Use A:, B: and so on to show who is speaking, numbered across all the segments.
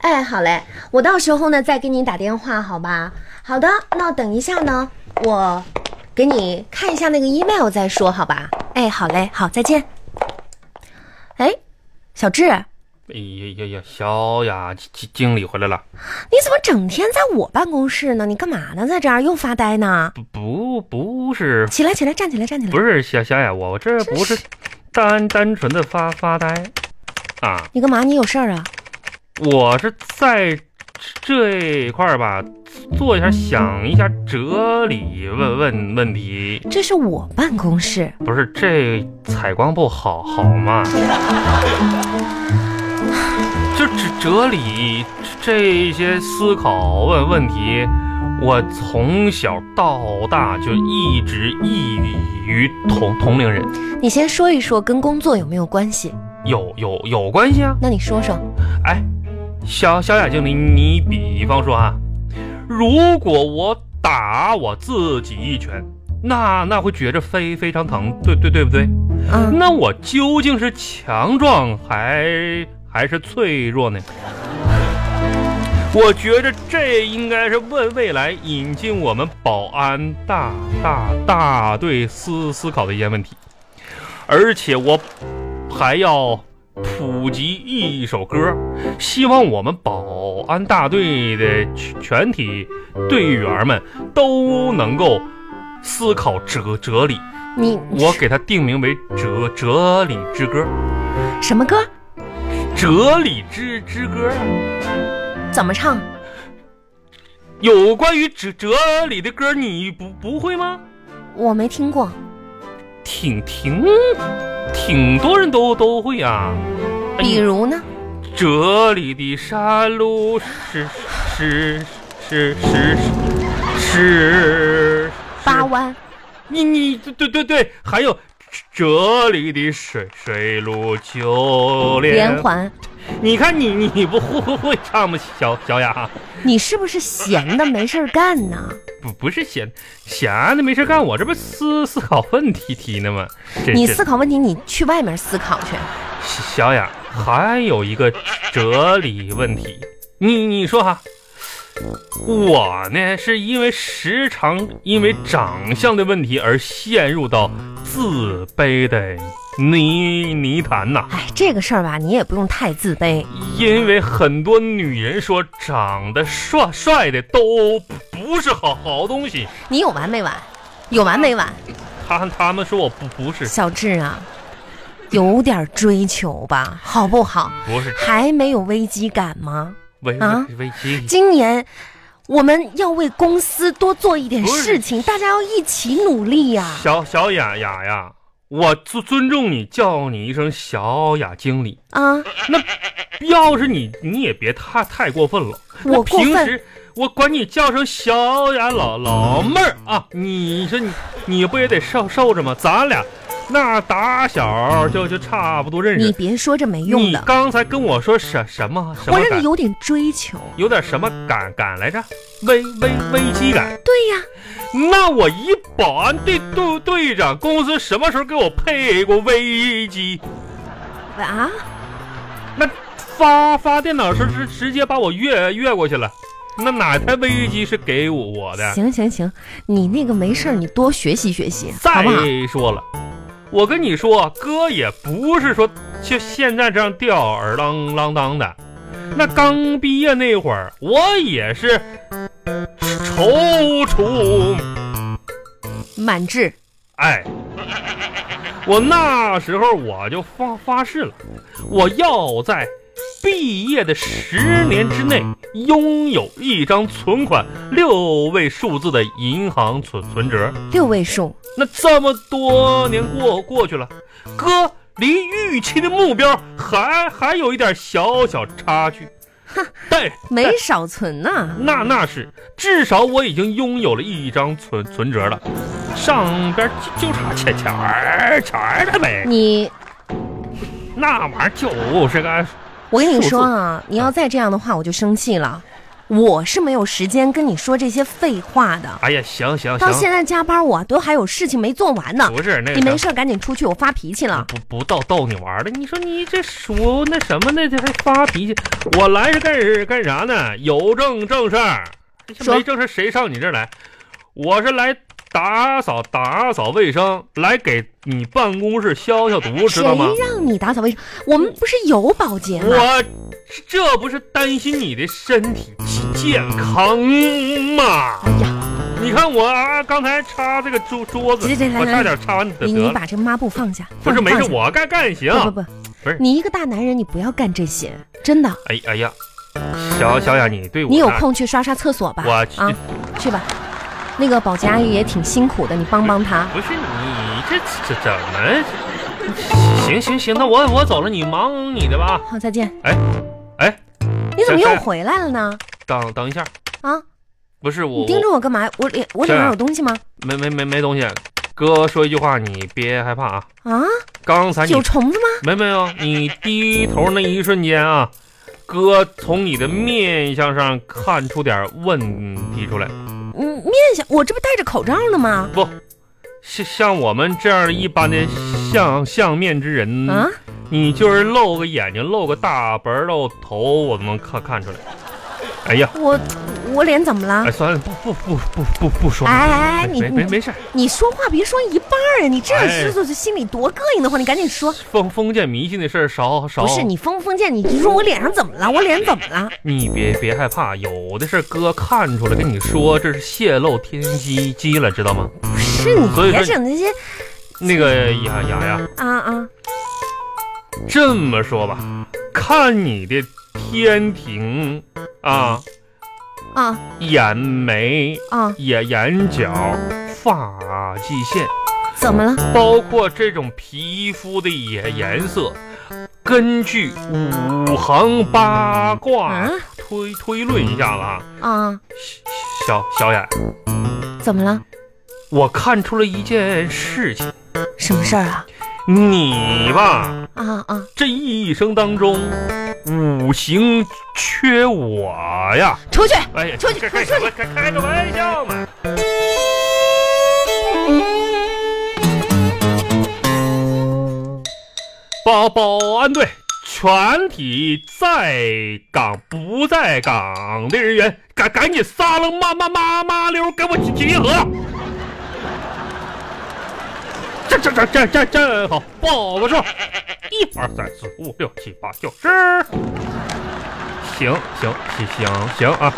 A: 哎我到时候呢再给你打电话，好吧？好的，那等一下呢，我给你看一下那个 email 再说，好吧？哎，好嘞，好，再见。哎，小智，
B: 哎呀呀呀，小雅经经理回来了，
A: 你怎么整天在我办公室呢？你干嘛呢？在这儿又发呆呢？
B: 不不不是
A: 起来，起来，站起来，站起来！
B: 不是小小雅，我这不是单单纯的发发呆啊，
A: 你干嘛？你有事儿啊？
B: 我是在这一块儿吧，做一下想一下哲理问问问题，
A: 这是我办公室，
B: 不是这采光不好好吗？ 就哲哲理这些思考问问题，我从小到大就一直异于同同龄人，
A: 你先说一说跟工作有没有关系？
B: 有有有关系啊。
A: 那你说说，
B: 哎，小小雅经理，你比方说啊，如果我打我自己一拳，那那会觉着非非常疼，对对对不对？
A: 嗯，
B: 那我究竟是强壮还还是脆弱呢？我觉着这应该是为未来引进我们保安大大大队思思考的一些问题，而且我还要普及一首歌，希望我们保安大队的全全体队员们都能够思考哲哲理。
A: 你
B: 我给它定名为哲哲理之歌，
A: 什么歌？
B: 哲理之之歌啊，
A: 怎么唱？
B: 有关于哲哲理的歌，你不不会吗？
A: 我没听过。
B: 挺挺挺多人都都会啊，哎
A: 比如呢？
B: 这里的山路是是是是是是
A: 八弯。
B: 你你对对对对，还有这里的水水路九
A: 连
B: 连，
A: 环，
B: 你看你你不会会唱吗？小小雅。
A: 你是不是闲的没事儿干呢？
B: 不不是闲闲啊的没事干，我这不思思考问题题呢吗？真
A: 你
B: 是
A: 思考问题，你去外面思考去。
B: 小雅还有一个哲理问题，你你说哈，我呢是因为时常因为长相的问题而陷入到自卑的泥泥潭呐、
A: 哎，这个事儿吧，你也不用太自卑。
B: 因为很多女人说长得帅帅的都不是好好东西，
A: 你有完没完？有完没完？
B: 她她们说我不不是
A: 小智啊，有点追求吧，好不好？
B: 不是
A: 还没有危机感吗？
B: 危
A: 啊
B: 危机。
A: 今年我们要为公司多做一点
B: 不是
A: 事情，大家要一起努力呀、
B: 小小雅雅呀，我尊尊重你，叫你一声小雅经理。
A: 啊！
B: 要是你，你也别太太过分了。
A: 我
B: 那
A: 过
B: 平
A: 分，
B: 时我管你叫声小雅老老妹儿啊，你说你你不也得受受着吗？咱俩那打小就就差不多认
A: 你
B: 识。
A: 别说这没用
B: 你
A: 的，
B: 刚才跟我说什什么什
A: 我
B: 么
A: 让
B: 感
A: 你？有点追求。
B: 有点什么感感来着？危危危机感。
A: 对呀，
B: 那我一保安队队队长，公司什么时候给我配过危机？
A: 啊，
B: 那发发电脑时直直接把我越越过去了，那哪台危机是给我我的？
A: 行行行，你那个没事儿，你多学习学习，好
B: 再
A: 不好？
B: 说了，我跟你说，哥也不是说就现在这样吊儿郎郎当的。那刚毕业那会儿，我也是踌躇
A: 满志，
B: 哎，我那时候我就发发誓了，我要在毕业的十年之内拥有一张存款六位数字的银行存存折。
A: 六位数，
B: 那这么多年过过去了，哥离预期的目标还还有一点小小差距，但
A: 没少存呐、
B: 那那是，至少我已经拥有了一张存存折了，上边就就差钱钱儿钱儿了呗。
A: 你，
B: 那玩意儿就是个
A: 我跟你
B: 数字
A: 说啊，你要再这样的话，我就生气了。我是没有时间跟你说这些废话的。
B: 哎呀，行行
A: 到
B: 行，
A: 现在加班，我都还有事情没做完呢。
B: 不是那个
A: 你没事
B: 啥
A: 儿赶啊紧出去，我发脾气了。
B: 不不到逗你玩儿的，你说你这属那什么呢？这还发脾气，我来是干是干啥呢？有正正事儿，这
A: 说
B: 没正事儿谁上你这儿来？我是来打扫打扫卫生，来给你办公室消消毒，知
A: 谁
B: 道吗？哦
A: 让你打扫卫生？我们不是有保洁吗？
B: 我这不是担心你的身体健康吗？
A: 哎呀，
B: 你看我啊，刚才擦这个桌桌子
A: 来来，来
B: 我差
A: 来
B: 点擦完你的
A: 你
B: 得
A: 你
B: 了。
A: 把这抹布放下，
B: 不是
A: 放
B: 没事
A: 放，下
B: 我干干行。
A: 不不
B: 不
A: 不
B: 是
A: 你一个大男人，你不要干这些，真的。
B: 哎哎呀，小小雅，你对我
A: 你有
B: 那
A: 空去刷刷厕所吧，
B: 我去
A: 啊，去吧。那个保洁阿姨也挺辛苦的，你帮帮她。
B: 不是你这这怎么？行行行，那我我走了，你忙你的吧。
A: 好，再见。
B: 哎哎，
A: 你怎么又
B: 小三
A: 回来了呢？
B: 等等一下，
A: 啊，
B: 不是我
A: 你，盯着我干嘛？我脸我脸
B: 这
A: 上
B: 样
A: 有东西吗？
B: 我没没没没东西。哥说一句话，你别害怕啊。
A: 啊，
B: 刚才你
A: 有虫子吗？
B: 没没有，你低头那一瞬间啊，哥从你的面相上看出点问题出来。
A: 嗯，面相，我这不戴着口罩呢吗？
B: 不，像像我们这样一般的相相面之人，
A: 啊，
B: 你就是露个眼睛，露个大白露头，我都能看看出来。哎呀，
A: 我我脸怎么
B: 哎，
A: 了？
B: 算了，不不不不不不说
A: 哎
B: 了。
A: 哎哎，你
B: 没没
A: 你
B: 没事儿，
A: 你说话别说一半儿啊！你这样
B: 哎
A: 是就是心里多膈应的慌，你赶紧说。
B: 封封建迷信的事儿少少。
A: 不是你封不封建，你你说我脸上怎么了？我脸怎么了？
B: 你别别害怕，有的事儿哥看出来，跟你说这是泄露天机机了，知道吗？
A: 不是你
B: 所以
A: 别
B: 说
A: 整那些
B: 那个雅雅呀，
A: 啊啊！
B: 这么说吧，看你的天庭啊，
A: 啊
B: 眼眉、
A: 啊！
B: 眼眼角、发际线，
A: 怎么了？
B: 包括这种皮肤的颜颜色，根据五行八卦
A: 啊
B: 推推论一下子啊，
A: 啊？
B: 小小眼，
A: 怎么了？
B: 我看出了一件事情，
A: 什么事儿啊？
B: 你吧。
A: 啊啊！
B: 这一生当中，五行缺我呀！
A: 出去！
B: 哎呀，
A: 出去
B: 开
A: 出
B: 开
A: 去
B: 什么开开个玩笑嘛！保保安队全体在岗不在岗的人员，赶赶紧撒楞妈妈妈妈溜，给我集集合！站站站站站站好，抱抱住！一二三四五六七八九十。行行行行行啊，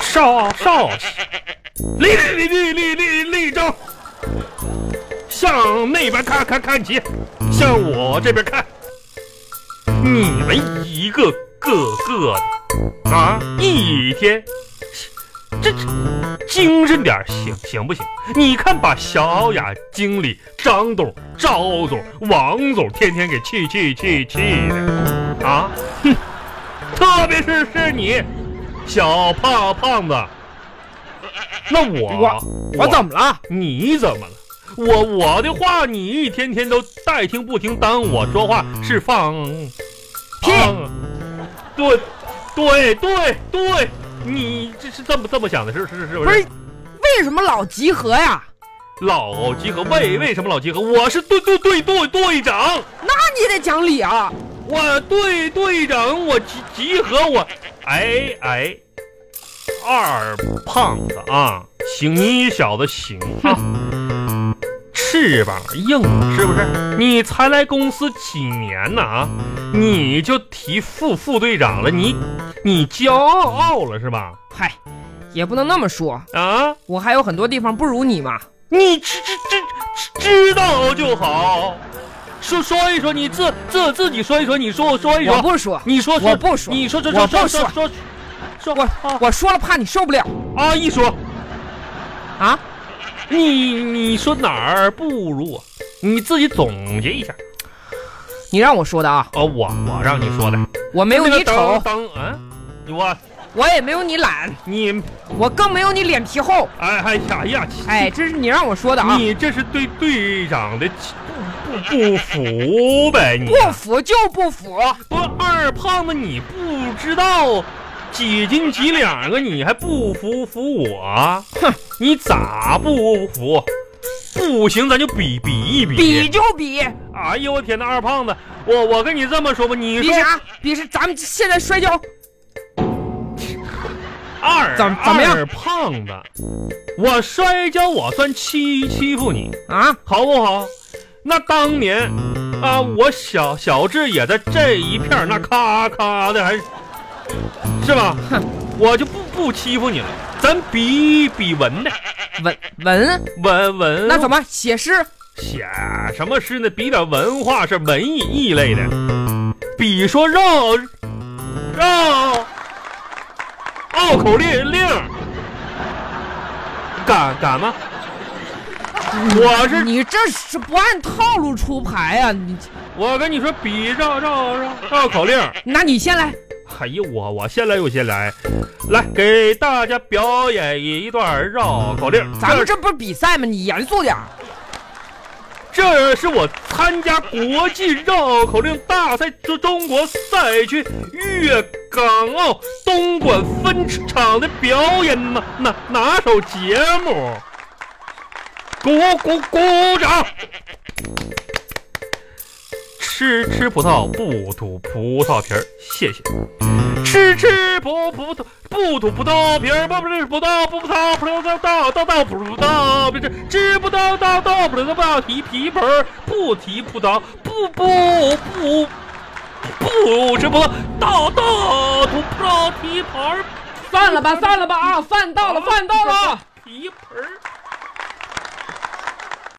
B: 少少气，立立立立立立正，向那边看看看齐，向我这边看。你们一个个个的啊，一天，这这精神点儿行行不行？你看把小雅经理、张总、赵总、王总天天给气气气气的啊！哼，特别是是你，小胖胖子，那我
C: 我怎么了？
B: 你怎么了？我我的话你一天天都代听不听，当我说话是放
C: 屁
B: 放对对对对，你这是这么这么想的，是是是不
C: 不是，为什么老集合呀？
B: 老集合为为什么老集合？我是队队队队队长，
C: 那你得讲理啊！
B: 我队队长，我集集合我，哎哎，二胖子啊，行，你小子行啊，翅膀硬是不是？你才来公司几年呢啊，你就提副副队长了，你你骄傲了是吧？
C: 嗨，也不能那么说，
B: 啊，
C: 我还有很多地方不如你嘛。
B: 你知知知知道就好，说说一说，你自自自己说一说，你说我说一
C: 我
B: 说，
C: 不说，
B: 你说
C: 我不说
B: 你说说说
C: 我
B: 说
C: 不说
B: 说说说我
C: 我说了怕你受不了
B: 阿姨说，
C: 啊！
B: 你你说哪儿不如我？你自己总结一下
C: 你让我说的啊，
B: 哦，我我让你说的，
C: 我没有
B: 那个
C: 你
B: 当
C: 丑，
B: 当啊，我
C: 我也没有你懒，
B: 你
C: 我更没有你脸皮厚。
B: 哎哎呀呀，
C: 哎，这是你让我说的啊！
B: 你这是对队长的不不不服呗你
C: 不服就不服，
B: 不，二胖子，你不知道几斤几两啊？你还不服服我？啊哼，你咋不服？啊不行，咱就比比一比。
C: 比就比，
B: 哎呦我天哪，二胖子，我我跟你这么说吧，你
C: 比
B: 说
C: 啥？比是咱们现在摔跤，
B: 二
C: 怎怎么样
B: 二胖子，我摔跤我算欺欺负你
C: 啊，
B: 好不好？那当年啊，我小小智也在这一片儿那咔咔的还是是吧？哼，我就不不欺负你了，咱比比文的
C: 文文，
B: 文文，
C: 那怎么嗯写诗？
B: 写什么诗呢？比点文化是文艺艺类的，比说绕绕拗口令令，敢敢吗？我是
C: 你这是不按套路出牌呀、你
B: 我跟你说，比绕绕绕绕口令。
C: 那你先来，
B: 哎呀，我我先来，我先来，来给大家表演一段绕口令。
C: 咱们这不是比赛吗？你严肃点儿。
B: 这是我参加国际绕口令大赛中中国赛区粤港澳东莞分场的表演拿拿拿手节目，鼓鼓鼓掌！吃吃葡萄不吐葡萄皮儿，谢谢。吃吃葡葡萄不吐葡萄皮儿，不不是葡萄不葡萄葡萄到到到到葡萄不是吃葡萄到到葡萄不萄提皮盆儿，不提葡萄不不不不吃葡萄到到吐葡萄提盆儿，
C: 散了吧，散了吧啊！饭到了，饭到了。
B: 皮盆儿。